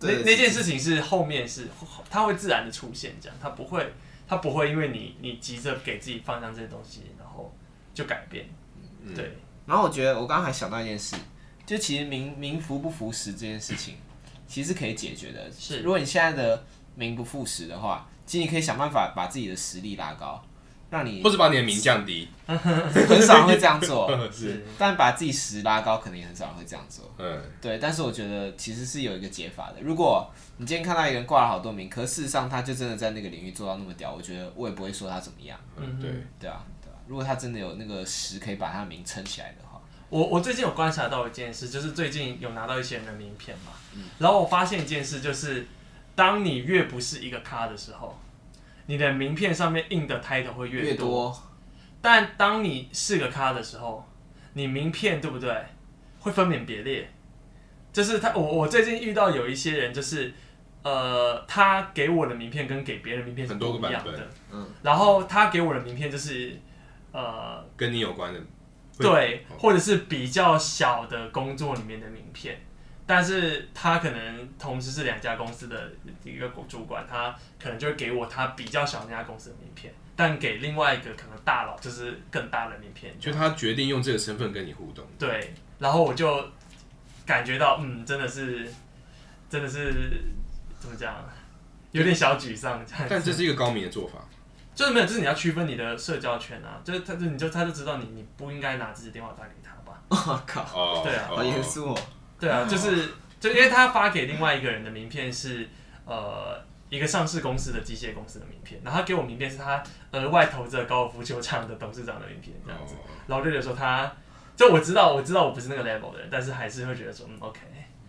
[SPEAKER 1] 那
[SPEAKER 3] 对
[SPEAKER 1] 那件事情是后面是它会自然的出现，这样它不会它不会因为你你急着给自己放上这些东西，然后就改变。
[SPEAKER 2] 嗯
[SPEAKER 1] 对，
[SPEAKER 3] 然后我觉得我刚刚还想到一件事，就其实名名符不符实这件事情，其实是可以解决的。
[SPEAKER 1] 是
[SPEAKER 3] 如果你现在的名不副实的话，其实你可以想办法把自己的实力拉高，让
[SPEAKER 2] *laughs*
[SPEAKER 3] 你
[SPEAKER 2] 或是把你的名降低，
[SPEAKER 3] 很少人会这样做。
[SPEAKER 2] 嗯是，
[SPEAKER 3] 但把自己实拉高，可能也很少人会这样做。
[SPEAKER 2] 嗯，
[SPEAKER 3] 对，但是我觉得其实是有一个解法的。如果你今天看到一个人挂了好多名，可事实上他就真的在那个领域做到那么屌，我觉得我也不会说他怎么样，
[SPEAKER 1] 嗯
[SPEAKER 2] 嗯，对，
[SPEAKER 3] 对啊，对啊。如果他真的有那个实可以把他的名撑起来的话，
[SPEAKER 1] 我我最近有观察到一件事，就是最近有拿到一些人的名片嘛，
[SPEAKER 2] 嗯
[SPEAKER 1] 然后我发现一件事，就是当你越不是一个咖的时候，你的名片上面印的 title 会越
[SPEAKER 3] 越多
[SPEAKER 1] 但当你是个咖的时候，你名片对不对，会分门别列。就是他，我我最近遇到有一些人，就是呃，他给我的名片跟给别人的名片是
[SPEAKER 2] 很多
[SPEAKER 1] 不
[SPEAKER 2] 个
[SPEAKER 1] 一样
[SPEAKER 2] 版
[SPEAKER 1] 的
[SPEAKER 2] 本。
[SPEAKER 3] 嗯，
[SPEAKER 1] 然后他给我的名片就是呃，
[SPEAKER 2] 跟你有关的，会
[SPEAKER 1] 对
[SPEAKER 2] 哦，
[SPEAKER 1] 或者是比较小的工作里面的名片。但是他可能同时是两家公司的一个主管，他可能就会给我他比较小那家公司的名片，但给另外一个可能大佬就是更大的名片。
[SPEAKER 2] 就他决定用这个身份跟你
[SPEAKER 1] *laughs*
[SPEAKER 2] 互动。
[SPEAKER 1] 对，然后我就感觉到，嗯，真的是，真的是怎么讲，有点小沮丧这样
[SPEAKER 2] 但
[SPEAKER 1] 子。
[SPEAKER 2] 这是一个高明的做法，
[SPEAKER 1] 就是没有，就是你要区分你的社交圈啊，就是他，就你就他就知道你你不应该拿自己电话打给他吧？
[SPEAKER 3] 我 *laughs* 靠，
[SPEAKER 2] 哦，
[SPEAKER 1] 对啊
[SPEAKER 2] 哦
[SPEAKER 3] 好严肃哦。
[SPEAKER 1] 对啊，就是就因为他发给另外一个人的名片是呃一个上市公司的机械公司的名片，然后他给我名片是他额外投资了高尔夫球场的董事长的名片这样子，
[SPEAKER 2] 哦
[SPEAKER 1] 然后我就觉得说他，就我知道我知道我不是那个 level 的人，但是还是会觉得说嗯 OK。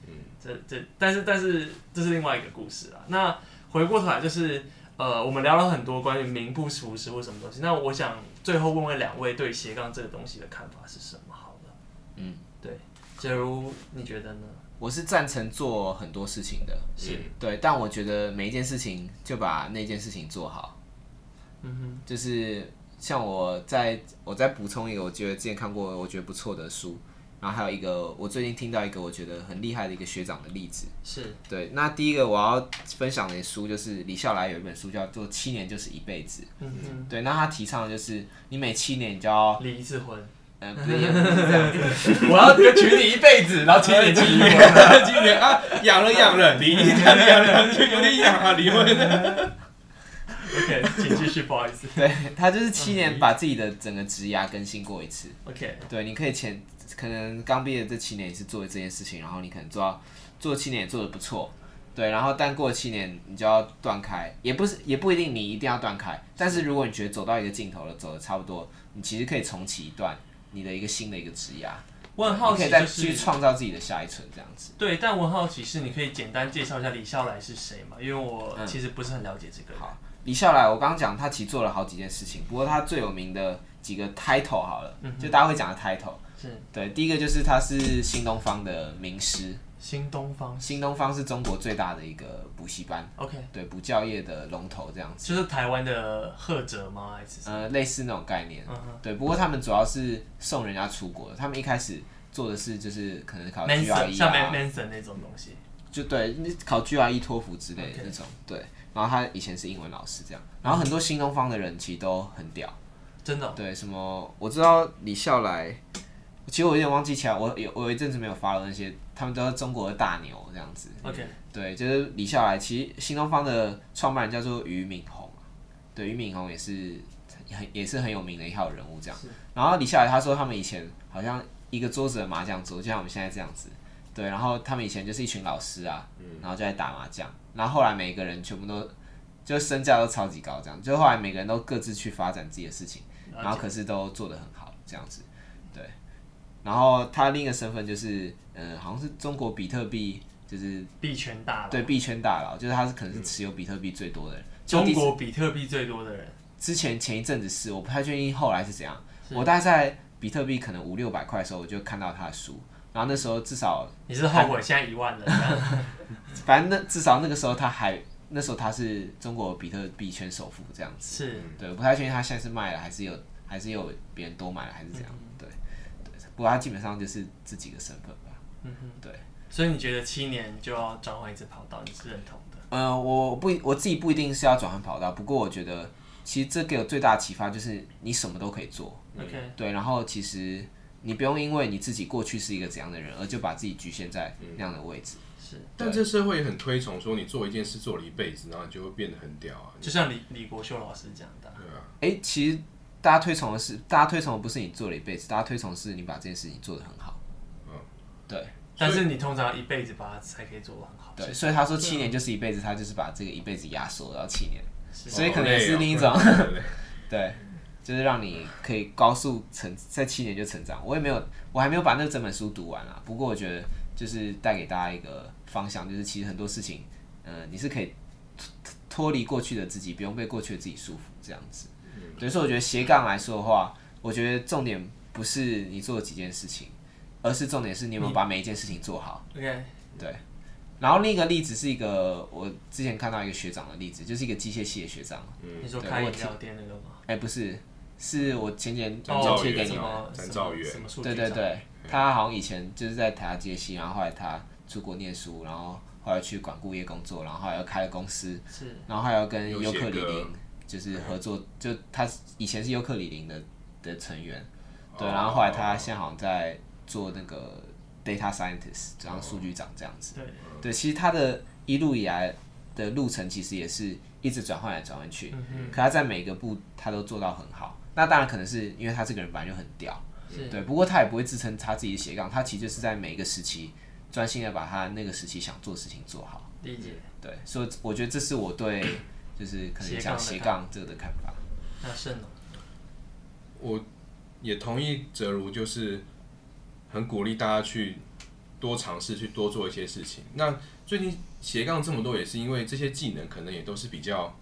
[SPEAKER 2] 嗯，
[SPEAKER 1] 这这，但是但是这是另外一个故事啊。那回过头来就是，呃，我们聊了很多关于名不符实或什么东西。那我想最后问问两位对斜杠这个东西的看法是什么？好了，
[SPEAKER 3] 嗯，
[SPEAKER 1] 对，假如你觉得呢？
[SPEAKER 3] 我是赞成做很多事情的，嗯
[SPEAKER 1] 是，
[SPEAKER 3] 对，但我觉得每一件事情就把那件事情做好，
[SPEAKER 1] 嗯
[SPEAKER 3] 就是像我在我再补充一个，我觉得之前看过我觉得不错的书，然后还有一个我最近听到一个我觉得很厉害的一个学长的例子
[SPEAKER 1] 哼，，是，
[SPEAKER 3] 对，那第一个我要分享的书就是李笑来有一本书叫做《七年就是一辈子》，
[SPEAKER 1] 嗯哼，
[SPEAKER 3] 对，那他提倡的就是你每七年你就要，
[SPEAKER 1] 离一次婚，
[SPEAKER 3] 呃，不是也
[SPEAKER 1] *laughs*
[SPEAKER 3] 不是这样子，
[SPEAKER 1] 我要娶你一辈子，然后七年七年。
[SPEAKER 2] *laughs* 今年啊，养了养了，离养了养了，就有点痒啊，离婚了。
[SPEAKER 1] *laughs* OK，请继续，不好意思。
[SPEAKER 3] 对他就是七
[SPEAKER 1] 嗯
[SPEAKER 3] 年把自己的整个职涯更新过一次。
[SPEAKER 1] OK，
[SPEAKER 3] 对，你可以前可能刚毕业这七年也是做这件事情，然后你可能做到做七年也做的不错，对，然后但过了七年你就要断开，也不是也不一定你一定要断开，但是如果你觉得走到一个尽头了，走的差不多，你其实可以重启一段你的一个新的一个职涯，
[SPEAKER 1] 我很好
[SPEAKER 3] 你可
[SPEAKER 1] 奇
[SPEAKER 3] 以再
[SPEAKER 1] 就
[SPEAKER 3] 去
[SPEAKER 1] 是。
[SPEAKER 3] 创造自己的下一层这样子。
[SPEAKER 1] 对，但我很好奇是，你可以简单介绍一下李笑来是谁吗？因为我其实不是很了解这个人。
[SPEAKER 3] 嗯好，李笑来，我刚刚讲他其实做了好几件事情，不过他最有名的几个 title 好了，就大家会讲的 title。
[SPEAKER 1] 嗯是
[SPEAKER 3] 对，第一个就是他是新东方的名师，
[SPEAKER 1] 新东方
[SPEAKER 3] 新东方是中国最大的一个补习班，
[SPEAKER 1] ，OK，
[SPEAKER 3] 对补教业的龙头这样子，
[SPEAKER 1] 就是台湾的赫哲吗？还是
[SPEAKER 3] 呃，类似那种概念。
[SPEAKER 1] 嗯哼
[SPEAKER 3] 对，不过他们主要是送人家出国的，他们一开始做的是就是可能考
[SPEAKER 1] Manson 像 Man
[SPEAKER 3] GRE 啊，
[SPEAKER 1] Manson 那种东西？
[SPEAKER 3] 就对考 GRE、托福之类的
[SPEAKER 1] OK 嗯
[SPEAKER 3] 那种。对，然后他以前是英文老师这样，然后很多新东方的人其实都很屌。
[SPEAKER 1] 真的哦、
[SPEAKER 3] 对，什么我知道李笑来，其实我有点忘记起来，我有我有一阵子没有发了那些，他们都是中国的大牛这样子。
[SPEAKER 1] OK，
[SPEAKER 3] 对，就是李笑来，其实新东方的创办人叫做俞敏洪，啊对，俞敏洪也是很也是很有名的一号人物这样。然后李笑来他说他们以前好像一个桌子的麻将桌，就像我们现在这样子。对，然后他们以前就是一群老师啊，
[SPEAKER 1] 嗯
[SPEAKER 3] 然后就在打麻将，然后后来每个人全部都就身价都超级高，这样，就后来每个人都各自去发展自己的事情，
[SPEAKER 1] 了解
[SPEAKER 3] 然后可是都做得很好，这样子，对。然后他另一个身份就是，呃，好像是中国比特币就是
[SPEAKER 1] 币圈大佬，
[SPEAKER 3] 对币圈大佬，就是他是可能是持有比特币最多的人。就
[SPEAKER 1] 中
[SPEAKER 3] 第
[SPEAKER 1] 国比特币最多的人，
[SPEAKER 3] 之前前一阵子是，我不太确定后来是怎样。我大概在比特币可能五六百块的时候，我就看到他的书，然后那时候至少，
[SPEAKER 1] 你是后悔现在一万了这样？
[SPEAKER 3] 反正那至少那个时候他还，那时候他是中国比特币圈首富这样子。
[SPEAKER 1] 是
[SPEAKER 3] 对，我不太确定他现在是卖了，还是有，还是有别人多买了，还是怎样。对，对，不过他基本上就是这几个身份吧。
[SPEAKER 1] 所以你觉得七年就要转换一次跑道，你是认同的？
[SPEAKER 3] 呃，我不一我自己不一定是要转换跑道，不过我觉得其实这给我最大的启发就是你什么都可以做，
[SPEAKER 1] OK
[SPEAKER 3] 对，然后其实你不用因为你自己过去是一个怎样的人，而就把自己局限在那样的位置。
[SPEAKER 1] 是，
[SPEAKER 2] 但这社会也很推崇说，你做一件事做了一辈子，然后你就会变得很屌啊。
[SPEAKER 1] 就像李李国修老师讲的啊，
[SPEAKER 2] 对啊，
[SPEAKER 3] 哎、其实大家推崇的是，大家推崇的不是你做了一辈子，大家推崇的是你把这件事情做得很好。
[SPEAKER 2] 嗯，
[SPEAKER 3] 对
[SPEAKER 1] 但是你通常一辈子把它才可以做得很好。
[SPEAKER 3] 对，啊所以他说七年就是一辈子，他就是把这个一辈子压缩到七年，
[SPEAKER 1] 是
[SPEAKER 3] 所以可
[SPEAKER 2] 好
[SPEAKER 3] 能
[SPEAKER 2] 累
[SPEAKER 3] 也
[SPEAKER 2] 哦
[SPEAKER 3] 是另一种、
[SPEAKER 2] 好累
[SPEAKER 3] 对。就是让你可以高速成在七年就成长。我也没有，我还没有把那整本书读完啊。不过我觉得就是带给大家一个方向，就是其实很多事情，呃，你是可以脱脱离过去的自己，不用被过去的自己束缚这样子。所以说，我觉得斜杠来说的话，我觉得重点不是你做了几件事情，而是重点是你有没有把每一件事情做好。
[SPEAKER 1] OK，
[SPEAKER 3] 然后另一个例子是一个我之前看到一个学长的例子，就是一个机械系的学长。
[SPEAKER 1] 你说
[SPEAKER 3] 嗯对
[SPEAKER 1] 开
[SPEAKER 3] 我
[SPEAKER 1] 饮料店那个吗？
[SPEAKER 3] 哎、不是，是我前年
[SPEAKER 2] 张
[SPEAKER 1] 哦
[SPEAKER 2] 兆
[SPEAKER 3] 贴
[SPEAKER 2] 元
[SPEAKER 3] 给
[SPEAKER 1] 什
[SPEAKER 3] 你
[SPEAKER 2] 吗
[SPEAKER 1] 么
[SPEAKER 3] 们。
[SPEAKER 2] 张兆元
[SPEAKER 1] 什么数据
[SPEAKER 3] 对
[SPEAKER 1] 上？
[SPEAKER 3] 对对，他好像以前就是在台大接系，然后后来他出国念书，然后后来去管顾业工作，然后后来又开了公司，
[SPEAKER 1] 是
[SPEAKER 3] 然后后来又跟
[SPEAKER 2] 有
[SPEAKER 3] 尤
[SPEAKER 2] 写
[SPEAKER 3] 克里
[SPEAKER 2] 歌
[SPEAKER 3] 林就是合作，就他以前是尤克里林的的成员。 *laughs* 对，
[SPEAKER 2] 哦
[SPEAKER 3] 然后后来他现在好像在做那个 data scientist，然后数据长这样子。
[SPEAKER 1] 对
[SPEAKER 3] 对，其实他的一路以来的路程，其实也是一直转换来转换去。
[SPEAKER 1] 嗯
[SPEAKER 3] 可他在每个步他都做到很好。那当然可能是因为他这个人本来就很屌，
[SPEAKER 1] 是
[SPEAKER 3] 对。不过他也不会自称他自己的斜杠，他其实就是在每一个时期专心的把他那个时期想做的事情做好。
[SPEAKER 1] 理解。
[SPEAKER 3] 对，所以我觉得这是我对 *coughs* 就是可能讲斜
[SPEAKER 1] 斜杠的看
[SPEAKER 3] 杠这个的看法。
[SPEAKER 1] 那剩呢？
[SPEAKER 2] 我也同意哲如，就是很鼓励大家去多尝试，去多做一些事情。那最近斜杠这么多，也是因为这些技能可能也都是比较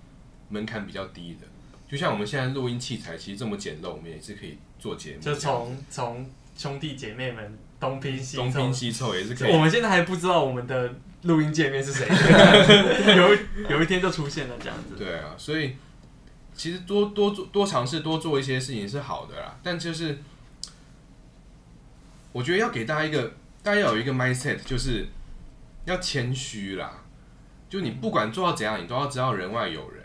[SPEAKER 2] 门槛比较低的。就像我们现在录音器材其实这么简陋，我们也是可以做节目
[SPEAKER 1] 就
[SPEAKER 2] 这样，
[SPEAKER 1] 从从兄弟姐妹们东拼西
[SPEAKER 2] 东
[SPEAKER 1] 凑
[SPEAKER 2] 拼。西凑也是可以
[SPEAKER 1] 我们现在还不知道我们的录音界面是
[SPEAKER 2] *laughs*
[SPEAKER 1] 谁，有一有一天就出现了这样子。
[SPEAKER 2] 对啊，所以其实多多做多尝试多做一些事情是好的啦，但就是我觉得要给大家一个，大家要有一个 mindset，就是要谦虚啦。就你不管做到怎样，你都要知道人外有人。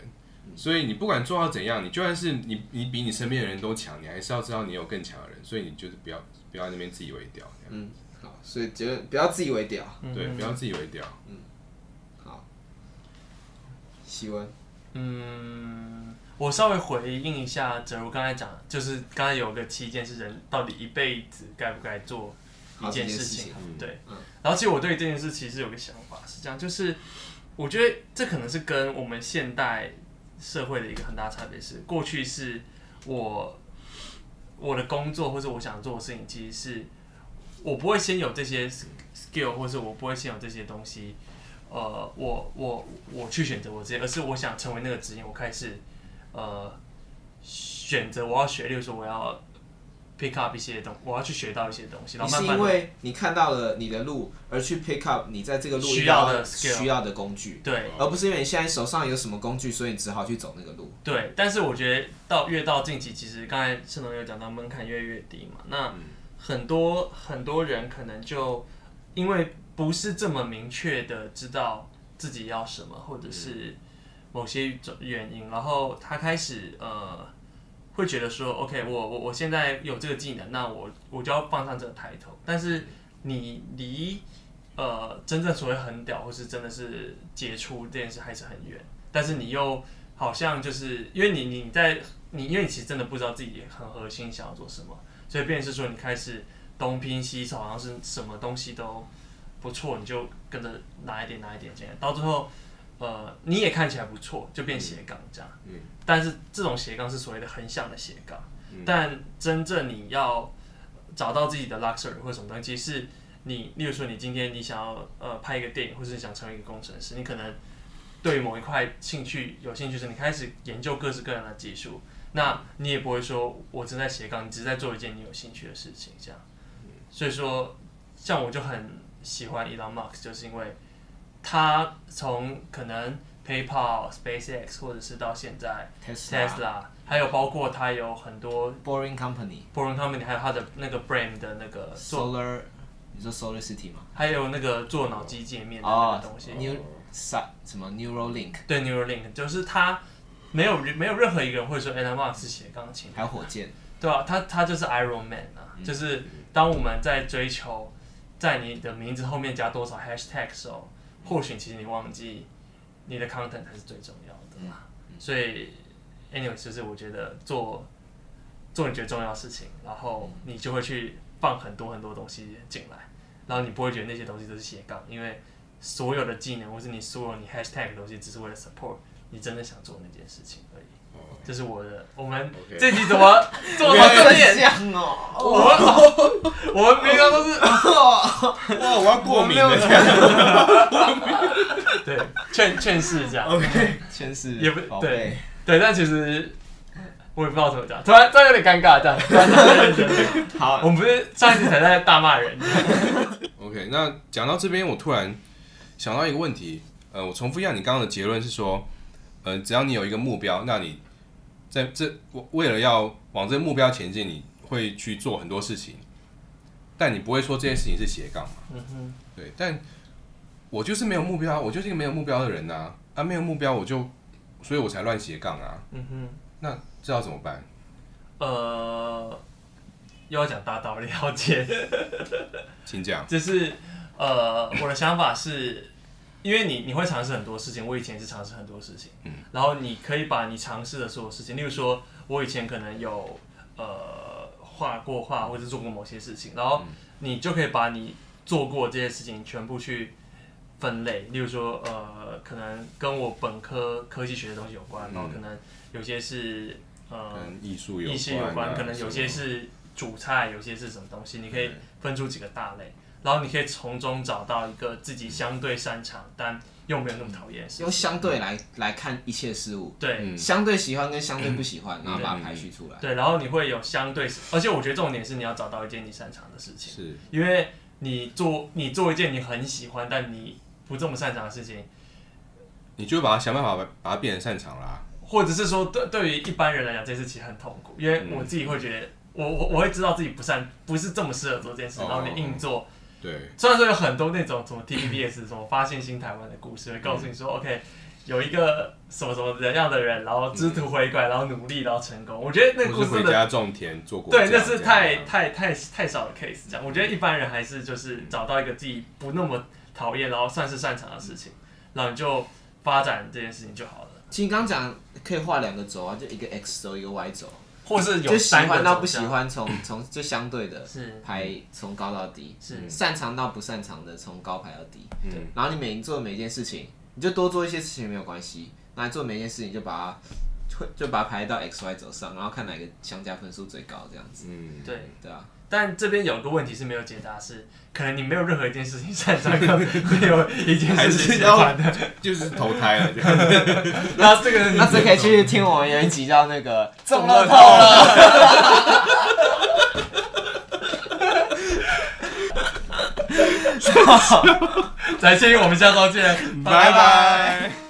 [SPEAKER 2] 所以你不管做到怎样，你就算是你你比你身边的人都强，你还是要知道你有更强的人。所以你就是不要不要在那边自以为屌，
[SPEAKER 3] 嗯，好，所以觉得不要自以为屌。
[SPEAKER 1] 嗯
[SPEAKER 2] 对，不要自以为屌。
[SPEAKER 3] 好，喜欢。
[SPEAKER 1] 嗯，我稍微回应一下哲如刚才讲的，就是刚才有个期间是人到底一辈子该不该做一件事情，
[SPEAKER 2] 好这件事情
[SPEAKER 1] 对。
[SPEAKER 3] 嗯
[SPEAKER 1] 然后其实我对这件事其实有个想法是这样，就是我觉得这可能是跟我们现代社会的一个很大差别是，过去是我我的工作或者我想做的事情，其实是我不会先有这些 skill，或是我不会先有这些东西。呃，我我我去选择我职业，而是我想成为那个职业，我开始呃选择我要学，例如说我要 pick up 一些东，我要去学到一些东西，然
[SPEAKER 3] 你
[SPEAKER 1] 后慢
[SPEAKER 3] 是
[SPEAKER 1] 慢
[SPEAKER 3] 因
[SPEAKER 1] 地
[SPEAKER 3] 为你看到了你的路，而去 pick up 你在这个路
[SPEAKER 1] 需要的 skill
[SPEAKER 3] 需要的工具，
[SPEAKER 1] 对
[SPEAKER 3] 而不是因为你现在手上有什么工具，所以你只好去走那个路。
[SPEAKER 1] 对，但是我觉得到越到近期，其实刚才盛总有讲到门槛越来越低嘛，那很多很多人可能就因为不是这么明确的知道自己要什么，或者是某些种原因，然后他开始呃会觉得说，OK，我我我现在有这个技能，那我我就要放上这个抬头，但是你离呃真正所谓很屌或是真的是杰出这件事还是很远，但是你又好像就是因为你你在你因为你其实真的不知道自己很核心想要做什么，所以变成是说你开始东拼西凑，好像是什么东西都不错，你就跟着拿一点拿一点这样，到最后呃你也看起来不错，就变斜杠这样。
[SPEAKER 2] 嗯
[SPEAKER 1] 但是这种斜杠是所谓的横向的斜杠，但真正你要找到自己的 luxury 或者什么东西，是你，例如说你今天你想要呃拍一个电影，或者是你想成为一个工程师，你可能对某一块兴趣有兴趣时，你开始研究各式各样的技术，那你也不会说我正在斜杠，你只是在做一件你有兴趣的事情这样。所以说，像我就很喜欢 Elon Musk，就是因为他从可能 PayPal、SpaceX 或者是到现在
[SPEAKER 3] Tesla
[SPEAKER 1] Tesla，还有包括它有很多
[SPEAKER 3] Boring Company
[SPEAKER 1] Boring Company，还有它的那个 Brain 的那个做，
[SPEAKER 3] Solar，你说 Solar City 吗？
[SPEAKER 1] 还有那个做脑机界面的那
[SPEAKER 3] 哦
[SPEAKER 1] 个东西。
[SPEAKER 3] ，New 啥什么 Neuralink，
[SPEAKER 1] 对 Neuralink，就是它没有没有任何一个人会说 Elon Musk 是写钢琴，
[SPEAKER 3] 还有火
[SPEAKER 1] *laughs*
[SPEAKER 3] 箭，
[SPEAKER 1] 对啊，他他就是 Iron Man 啊，就是当我们在追求在你的名字后面加多少 hashtag 的时候，或许其实你忘记你的 content 才是最重要的嘛。所以，anyway，就是我觉得做做你觉得重要的事情，然后你就会去放很多很多东西进来，然后你不会觉得那些东西都是斜杠，因为所有的技能或是你所有你 hashtag 的东西，只是为了 support 你真的想做那件事情而已。
[SPEAKER 2] 哦，
[SPEAKER 1] 这是我的。我们
[SPEAKER 2] OK
[SPEAKER 1] 这集怎 *laughs* 么这么正面？
[SPEAKER 3] 像 *laughs* 哦，
[SPEAKER 1] 我们我们平常都 *laughs* 是
[SPEAKER 2] 哇，我要过敏
[SPEAKER 3] 我没有
[SPEAKER 2] 了。
[SPEAKER 1] 对劝劝世这样。
[SPEAKER 2] OK，
[SPEAKER 3] 全是
[SPEAKER 1] 也不
[SPEAKER 3] 宝
[SPEAKER 1] 对
[SPEAKER 3] 贝，
[SPEAKER 1] 对，但其实我也不知道怎么讲，突然突然有点尴尬，这样突然有点认 *laughs* 真。
[SPEAKER 3] 好
[SPEAKER 1] 我，们不是上一集才在大骂人，
[SPEAKER 2] OK，那讲到这边，我突然想到一个问题，呃，我重复一下你刚刚的结论是说，呃，只要你有一个目标，那你在这为为了要往这个目标前进，你会去做很多事情，但你不会说这件事情是斜杠嘛？
[SPEAKER 1] 嗯哼，
[SPEAKER 2] 对，但我就是没有目标啊，我就是一个没有目标的人呐、啊，啊，没有目标我就，所以我才乱斜杠啊，
[SPEAKER 1] 嗯哼，
[SPEAKER 2] 那这要怎么办？
[SPEAKER 1] 呃，又要讲大道理，了解。
[SPEAKER 2] 请讲。
[SPEAKER 1] 就是呃，我的想法是，因为你你会尝试很多事情，我以前也是尝试很多事情，
[SPEAKER 2] 嗯，
[SPEAKER 1] 然后你可以把你尝试的所有事情，例如说，我以前可能有呃画过画，或者做过某些事情，然后你就可以把你做过这些事情全部去。分类，例如说，呃，可能跟我本科科技学的东西有关，然后可能有些是呃
[SPEAKER 2] 跟艺术有
[SPEAKER 1] 一些有
[SPEAKER 2] 关啊、
[SPEAKER 1] 关，可能有些
[SPEAKER 2] 什么
[SPEAKER 1] 是主菜，有些是什么东西，你可以分出几个大类，然后你可以从中找到一个自己相对擅长但又没有那么讨厌的事
[SPEAKER 3] 用
[SPEAKER 1] 情。
[SPEAKER 3] 相对来来看一切事物，
[SPEAKER 1] 对
[SPEAKER 2] 嗯
[SPEAKER 3] 相对喜欢跟相对不喜欢，然后把它排序出来。
[SPEAKER 1] 对，然后你会有相对，而且我觉得重点是你要找到一件你擅长的事情，
[SPEAKER 2] 是
[SPEAKER 1] 因为你做你做一件你很喜欢但你不这么擅长的事情，
[SPEAKER 2] 你就把它想办法把把它变成擅长啦。
[SPEAKER 1] 或者是说对对于一般人来讲，这件事情很痛苦，因为
[SPEAKER 2] 嗯
[SPEAKER 1] 我自己会觉得。我我我会知道自己不善不是这么适合做这件事，然后
[SPEAKER 2] 哦
[SPEAKER 1] 你硬做，
[SPEAKER 2] 对，
[SPEAKER 1] 虽然说有很多那种什么 TVBS 什么发现新台湾的故事，会告诉你
[SPEAKER 2] 嗯
[SPEAKER 1] 说、OK，有一个什么什么人样的人，然后知途回归，然后努力，然后成功。我觉得那个
[SPEAKER 2] 或
[SPEAKER 1] 故
[SPEAKER 2] 是
[SPEAKER 1] 事
[SPEAKER 2] 回
[SPEAKER 1] 真的，
[SPEAKER 2] 家种田做果酱
[SPEAKER 1] 对，
[SPEAKER 2] 这
[SPEAKER 1] 那
[SPEAKER 2] 样
[SPEAKER 1] 是
[SPEAKER 2] 子啊，
[SPEAKER 1] 太太太太少的 case。这样，我觉得一般人还是就是找到一个自己不那么讨厌，然后算是擅长的事情，然后你就发展这件事情就好了。
[SPEAKER 3] 其实刚刚讲可以画两个轴啊，就一个 X 轴一个 Y 轴，
[SPEAKER 1] 或是有
[SPEAKER 3] 就喜
[SPEAKER 1] 三个
[SPEAKER 3] 欢到
[SPEAKER 1] 走
[SPEAKER 3] 不喜
[SPEAKER 1] 向，
[SPEAKER 3] 欢，从从就相对的
[SPEAKER 1] 是
[SPEAKER 3] 排从高到低，
[SPEAKER 1] 是
[SPEAKER 3] 擅长到不擅长的从高排到低。
[SPEAKER 2] 嗯，
[SPEAKER 3] 然后你每做的每一件事情，你就多做一些事情没有关系，那你做每一件事情就把它会就把它排到 X Y 轴上，然后看哪个相加分数最高这样子。
[SPEAKER 2] 嗯，
[SPEAKER 1] 对。
[SPEAKER 3] 对啊，
[SPEAKER 1] 但这边有个问题是没有解答是，可能你没有任何一件事情擅 *laughs* 长，跟没有一件事情喜欢的。
[SPEAKER 2] 嗯就是投胎
[SPEAKER 1] *laughs*
[SPEAKER 2] 了这样。
[SPEAKER 1] 然后这个
[SPEAKER 3] 那这可以去听我们有一集叫那个中乐透
[SPEAKER 1] 了。
[SPEAKER 3] 了。
[SPEAKER 1] 再见，我们下周见，
[SPEAKER 2] 嗯拜拜。